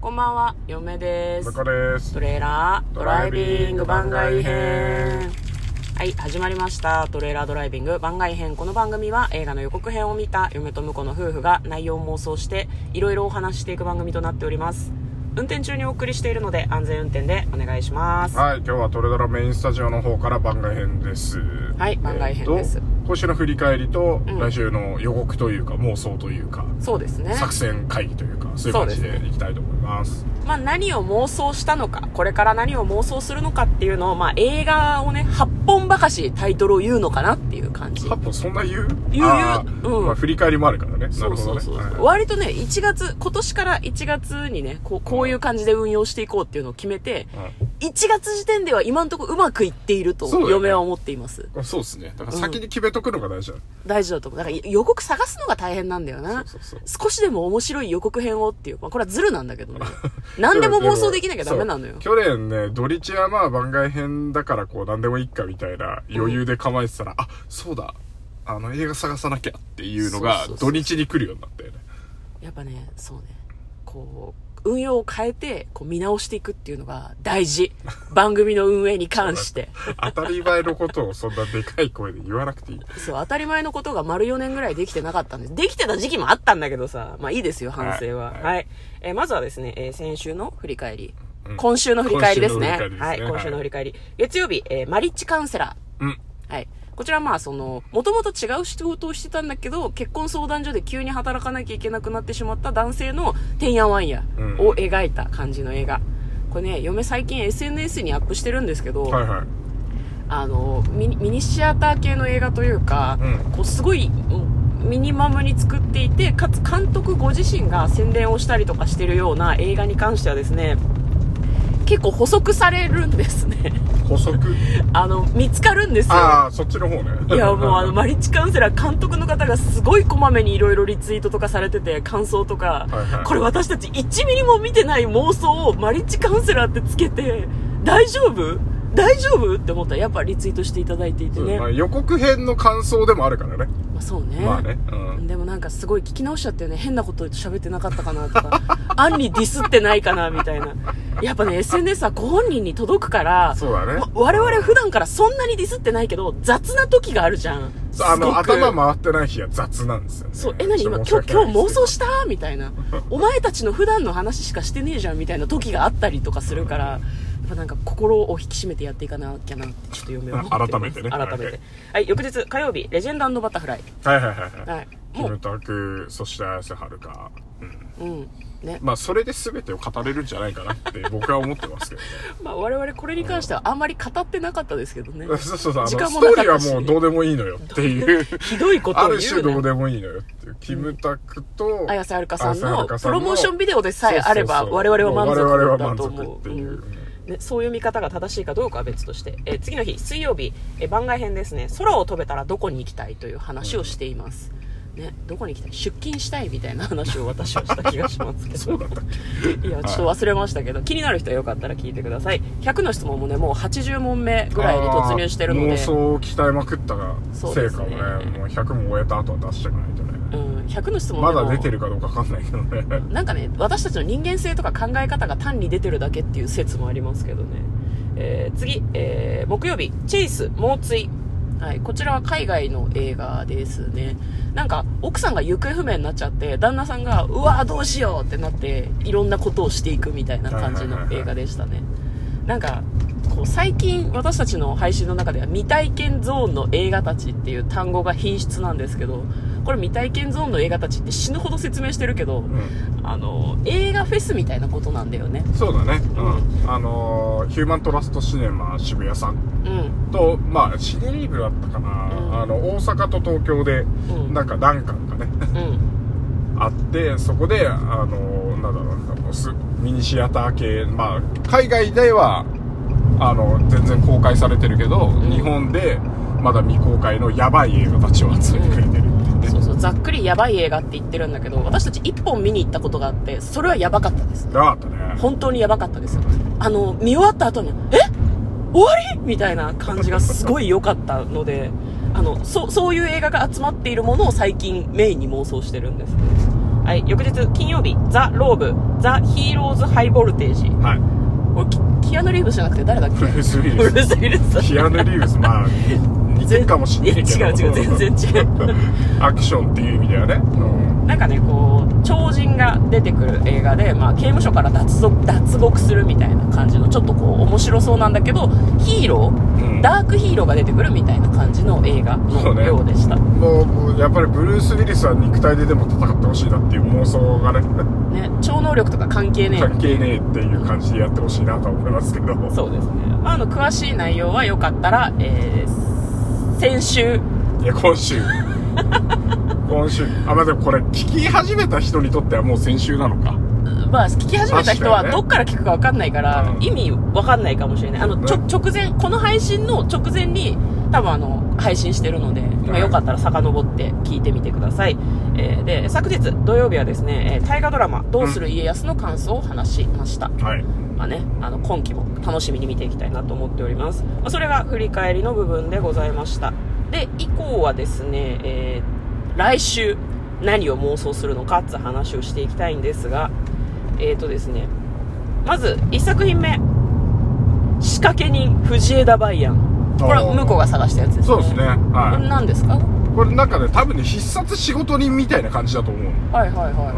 こんばんは、嫁です向。こうですトレーラードライビング番外編。はい、始まりました。トレーラードライビング番外編。この番組は映画の予告編を見た嫁と婿の夫婦が内容を妄想して、いろいろお話ししていく番組となっております。運転中にお送りしているので、安全運転でお願いします。はい今日はトレドラメインスタジオの方から番外編ですはい番外編ですえーと今週の振り返りと、うん来週の予告というか妄想というかそうですね。作戦会議というかそういう感じでいきたいと思いますまあ、何を妄想したのか、これから何を妄想するのかっていうのを、まあ、映画をね、8本ばかしタイトルを言うのかなっていう感じ。八本そんな言う言うあーうんまあ、振り返りもあるからねなそるうほそどうねそう、はい割とね、1月、今年から1月にね、こう、こういう感じで運用していこうっていうのを決めて、1月時点では今んとこうまくいっているとそうだ、よね嫁は思っています。うんそうですねだから先に決めとくのが大事だ、大事だと思う。だから予告探すのが大変なんだよな。そうそう少しでも面白い予告編をっていう、まあ、これはズルなんだけ どね。何でも妄想できなきゃダメなのよそう。去年ね、土日はまあ番外編だからこう何でもいいかみたいな余裕で構えてたら、あ、そうだ、あの映画探さなきゃっていうのがそうそうそ土う日に来るようになったよね。やっぱね、そうね。こう、運用を変えて、こう見直していくっていうのが大 事。番組の運営に関して。当たり前のことをそんなでかい声で言わなくていい。そう、当たり前のことが丸4年ぐらいできてなかったんです。できてた時期もあったんだけどさ、まあいいですよ、反省は。は。はいいえーまずはですね、えー先週の振り返り、うん今週の振り返りですね。今週の振りは返い、りですね今週の振り返り。月曜日、えーマリッチカウンセラうん。ー。はい。こちらまあその、もともと違う仕事をしてたんだけど、結婚相談所で急に働かなきゃいけなくなってしまった男性のてんやわんやうんを描いた感じの映画。これね、嫁最近 SNS にアップしてるんですけど、はいはい。あのミニミニシアター系の映画というか、うんこうすごいうんミニマムに作っていてかつ監督ご自身が宣伝をしたりとかしてるような映画に関してはですね結構補足されるんですね 補足。あの見つかるんですよああ、そっちの方ね。いやもうあのマリッチカウンセラー監督の方がすごいこまめにいろいろリツイートとかされてて感想とか、はいはいこれ私たち1ミリも見てない妄想をマリッチカウンセラーってつけて大丈夫大丈夫って思ったらやっぱリツイートしていただいていて うんね、まあ予告編の感想でもあるからね。まあ、そうね,、まあね。うん。でもなんかすごい聞き直しちゃったよね変なこと喋ってなかったかなとか アンにディスってないかなみたいなやっぱね SNS はご本人に届くからそうだねま。我々普段からそんなにディスってないけど雑な時があるじゃんそうあの、すごく頭回ってない日は雑なんですよね。そうえ何今今ちょっ日と申し今日訳ない妄ですけど想したみたいなお前たちの普段の話しかしてねえじゃんみたいな時があったりとかするからやっぱなんか心を引き締めてやっていかなきゃなってちょっと嫁は思ってます 改めてね改めてははいい、翌日火曜日レジェンドバタフライはいはいはいははい。いキもムうタク、そして綾瀬はるか。うんねまあ、それで全てを語れるんじゃないか なって僕は思ってますけどね。まあ我々これに関してはあんまり語ってなかったですけどねそうそうそう、あの、時ス間トもなーかっリーたはしもうどうでもいいのよっていう。ひどいことあをる言種うどなうでもいいのよっていう。キムタクと、綾瀬はるかさん綾瀬はのるかプさんロモーションビデオでさえあればそうそう我そう々は満我々は足だ満と足思っうてういんう。ね、そういう見方が正しいかどうかは別として、えー次の日水曜日えー番外編ですね空を飛べたらどこに行きたいという話をしています、ね、どこに行きたい出勤したいみたいな話を私はした気がしますけどそうだったっ いやちょっと忘れましたけど、気になる人はよかったら聞いてください100の質問もねもう80問目けぐらいに突入してるので妄想を鍛えまくったが、そう成です果ねをね、もう100も終えた後は出していかないとね。うん、100の質問までもだ出てるかどうかわかんないけどね。なんかね私たちの人間性とか考え方が単に出てるだけっていう説もありますけどね、えー次、えー木曜日「チェイス猛追」はい、こちらは海外の映画ですねなんか奥さんが行方不明になっちゃって旦那さんが「うわーどうしよう!」ってなっていろんなことをしていくみたいな感じの映画でしたねなんかこう最近私たちの配信の中では未体験ゾーンの映画たちっていう単語が品質なんですけどこれ未体験ゾーンの映画たちって死ぬほど説明してるけど、うん。あの映画フェスみたいなことなんだよねそうだね。ううん。あのー、ヒューマントラストシネマ渋谷さんうんと、まあ、シネリーブだったかうんな、あの大阪と東京で、うんなんか何館かね、 うんあって、そこで、あの、なんだろうなんかこうす、ミニシアター系、まあ、海外では、あの、全然公開されてるけど、ん日本でまだ未公開のやばい映画たちを集めてくれてるって 言そって。うそうざっくりやばい映画って言ってるんだけど私たち1本見に行ったことがあってそれはやばかったですなかったね。本当にやばかったですよあの見終わった後に「え終わり?」みたいな感じがすごい良かったので あのそそういう映画が集まっているものを最近メインに妄想してるんですねはい、翌日金曜日、ザ・ローブ、ザ・ヒーローズ・ハイボルテージ。はい。これキ、キアヌ・リーブスじゃなくて誰だっけ ブルースウィリスブルース・ウィルス。キアヌ・リーブス、まあ、似てるかもしれないけど。いや違う違う全然違う。アクションっていう意味ではね。うんなんかね、こう、超人が出てくる映画で、まあ、刑務所から脱獄脱獄するみたいな感じの、ちょっとこう、面白そうなんだけど、ヒーロー、うんダークヒーローが出てくるみたいな感じの映画そうのねようでした。ねもうもう、やっぱりブルース・ウィリスは肉体ででも戦ってほしいなっていう妄想がね、超能力とか関係ねえ。関係ねえっていう感じでやってほしいなとは思いますけど。そうですね。まあ、あの、詳しい内容はよかったら、えー、先週、いや、今週。今週。あ、まあ、でもこれ、聞き始めた人にとってはもう先週なのか。まあ、聞き始めた人確かにはねどっから聞くか分かんないから、うん意味分かんないかもしれないあのちょね直前この配信の直前に多分あの配信してるので、まあ、はいよかったら遡って聞いてみてください、えーで昨日土曜日はですねえー大河ドラマ「どうする家康」の感想を話しました、はい。まあね、あの今期も楽しみに見ていきたいなと思っております、まあ、それが振り返りの部分でございましたで以降はですね、えー来週何を妄想するのかって話をしていきたいんですがえっ、ー、とですねまず1作品目仕掛け人藤枝梅安これは向こうが探したやつですねそうですね。こはれ何ですかい。これなんかね、多分ね、必殺仕事人みたいな感じだと思う。はいはいは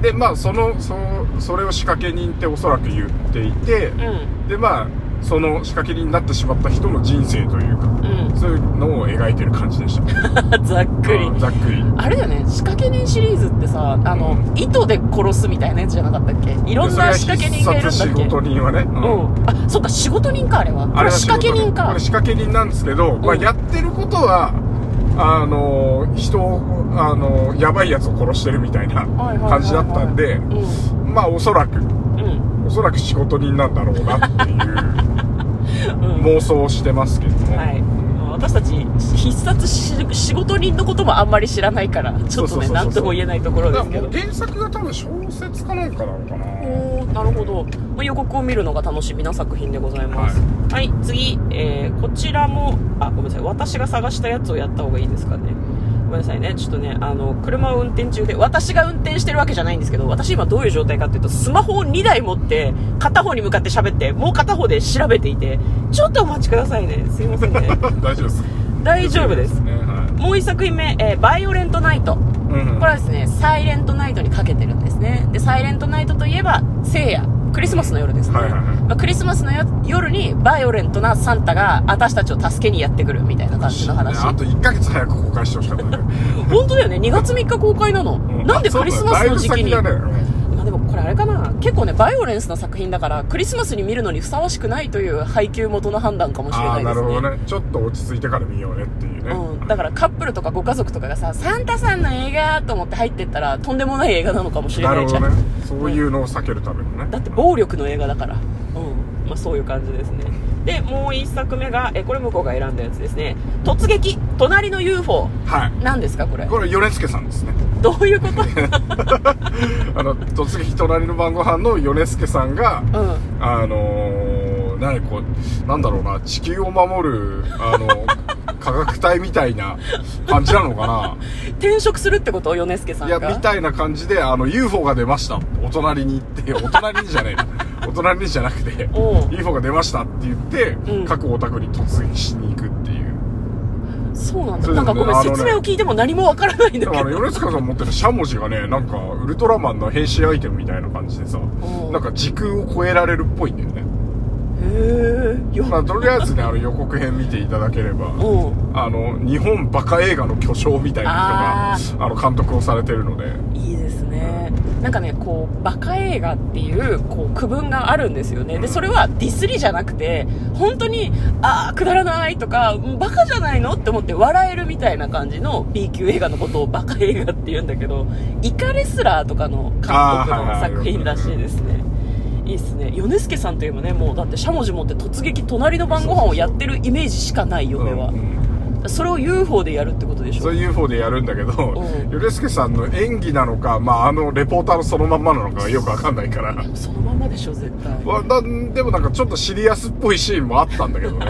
で、まあ、その、そそれを仕掛け人っておそらく言っていて、いで、まあ、その仕掛け人になってしまった人の人生というか、うんそういうのを描いてる感じでした。うん ざっくりうんざっくり。あれだよね仕掛け人シリーズってさあの、う糸で殺すみたいなやつじゃなかったっけいろんな仕掛け人がいるんだそれっは必殺仕け事人はね。ううんあそっか仕事人かあれはこあれれは仕掛け人こかれ仕掛け人なんですけど、まあ、うんやってることは、あのー、人を、あのー、やばいやつを殺してるみたいなはいはいはいはい感じだったんで、うまあ、おそらく、んうんおそらく仕事人なんだろうなっていううん妄想をしてますけどね。はいまあ私たち必殺し仕事人のこともあんまり知らないからちょっとそうそうそうねそう何とも言えないところだかでらすけもどう原作が多分小説かなんかなのかな。おーなるほど、まあ、予告を見るのが楽しみな作品でございますはい、次、えーこちらもあごめんなさい私が探したやつをやった方がいいですかねごめんなさいねちょっとねあの車を運転中で私が運転してるわけじゃないんですけど私今どういう状態かっていうとスマホを2台持って片方に向かって喋ってもう片方で調べていてちょっとお待ちくださいねすいません ね大丈夫です。大丈夫ですね。はもう1作品目、えーバイオレントナイト」い。うんこれはですね、サイレントナイトにかけてるんですね。で、サイレントナイトといえば、聖夜。クリスマスの夜ですね。はいはいはいまあクリスマスのよ夜に、バイオレントなサンタが、私たちを助けにやってくるみたいな感じの話。あと1ヶ月早く公開してほしかったね。本当だよね、2月3日公開なの。うなんでクリスマスの時期に。あそうだだいぶ先だねまあでもこれあれかな、結構ね、バイオレンスな作品だから、クリスマスに見るのにふさわしくないという配給元の判断かもしれあなあいなでするほね。どねちょっと落ち着いてから見ようねっていうね、うん、だからカップルとかご家族とかがさ、サンタさんの映画と思って入ってったら、とんでもない映画なのかもしれななるいほじゃどん。ねそういうのを避けるためのねだって暴力の映画だから、うんまあ、そういう感じですねでもう1作目がえこれ向こうが選んだやつですね「突撃隣の UFO は」何ですかこれいこれ米助さんですねどういうこと あの突撃隣の晩ご飯の米助さんがうんあのー、何こうなんだろうな地球を守るあの 科学隊みたいな感じなのか転職するってこと米助さなんいがやみたいな感じであの UFO が出ましたお隣に行 ってお隣にじゃないなお隣にじゃなくておう UFO が出ましたって言って、うん各お宅に突撃しに行くっていうそうなんだそうなだんねかごめん、あのね説明を聞いても何もわからないんだけだどから米塚さん持ってるしゃもじがねなんかウルトラマンの変身アイテムみたいな感じでさおうなんか時空を超えられるっぽいんだよねへえよまあとりあえずねあの予告編見ていただければおうあの日本バカ映画の巨匠みたいなあ人があの監督をされてるのでいいですねなんかねこうバカ映画っていうこう区分があるんですよねでそれはディスりじゃなくて本当にああくだらないとかうんバカじゃないのって思って笑えるみたいな感じの B 級映画のことをバカ映画って言うんだけどイカレスラーとかの監督あーはいのはい作品らしいですねいいっすね米助さんといえばねもうだってしゃもじ持って突撃隣の晩ご飯をやってるイメージしかない嫁はうんうんそれを UFO でやるってことでしそょれ UFO でやるんだけどうんヨレスケさんの演技なのか、まあ、あのレポーターのそのまんまなのかがよくわかんないからそのままでしょ絶対わなでもなんかちょっとシリアスっぽいシーンもあったんだけど ね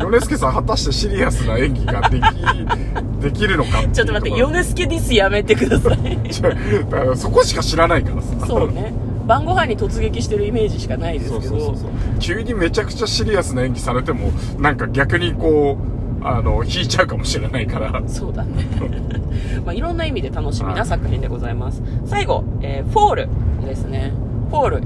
米助さん果たしてシリアスな演技ができできるのかていうちょっと待ってところ米助ディスやめてください ちょだからそこしか知らないからさそうね晩ご飯に突撃してるイメージしかないですそうけそうそどうそう急にめちゃくちゃシリアスな演技されてもなんか逆にこうあの引いちゃうかもしれないからそうだね まあいろんな意味で楽しみはない作品でございます最後、えーフォールですねフォール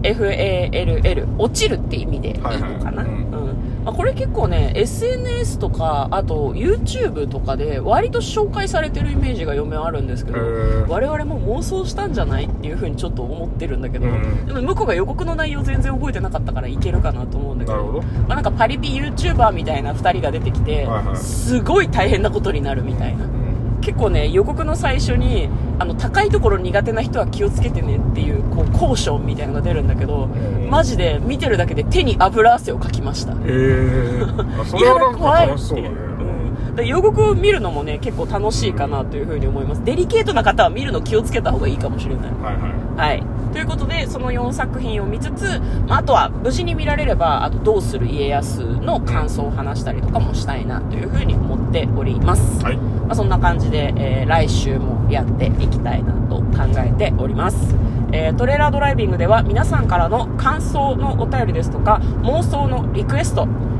FALL 落ちるって意味でいいのかな、はいはいうんうんまあ、これ結構ね SNS とかあと YouTube とかで割と紹介されてるイメージが嫁はあるんですけど、へー我々も妄想したんじゃないっていうふうにちょっと思ってるんだけど、うんでも向こうが予告の内容全然覚えてなかったからいけるかなと思うんだけなどるほどまあ、なんかパリピ YouTuber みたいな2人が出てきて、はいはいすごい大変なことになるみたいなうん結構ね予告の最初にあの高いところ苦手な人は気をつけてねっていうこうコーションみたいなのが出るんだけど、んマジで見てるだけで手に油汗をかきましたへえー、あそれはなんか楽しそうだねいや怖いっていううんで予告を見るのもね結構楽しいかなというふうに思いますデリケートな方は見るの気をつけた方がいいかもしれないはいははい。ということで、その4作品を見つつ、まあ、あとは無事に見られれば、あとどうする家康の感想を話したりとかもしたいなというふうに思っております。いはいまあ、そんな感じで、えー来週もやっていきたいなと考えております。えートレーラードライビングでは皆さんからの感想のお便りですとか、妄想のリクエスト、うん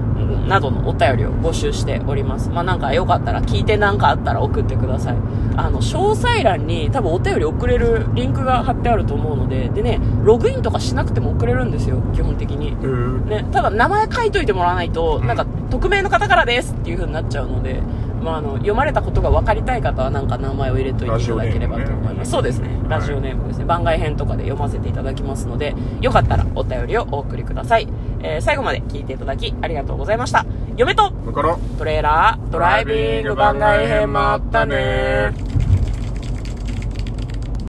などのお便りを募集しております。まあ、なんかよかったら聞いてなんかあったら送ってください。あの、詳細欄に多分お便り送れるリンクが貼ってあると思うので、でね、ログインとかしなくても送れるんですよ、基本的に。へーね、ただ名前書いといてもらわないと、うんなんか匿名の方からですっていう風になっちゃうので、まあ、あの読まれたことが分かりたい方はなんか名前を入れといていただければと思います、そうラジオネームですねねはいラジオネームですね番外編とかで読ませていただきますのでよかったらお便りをお送りください、えー最後まで聞いていただきありがとうございました嫁とだからトレーラードライビング番外編もあったねー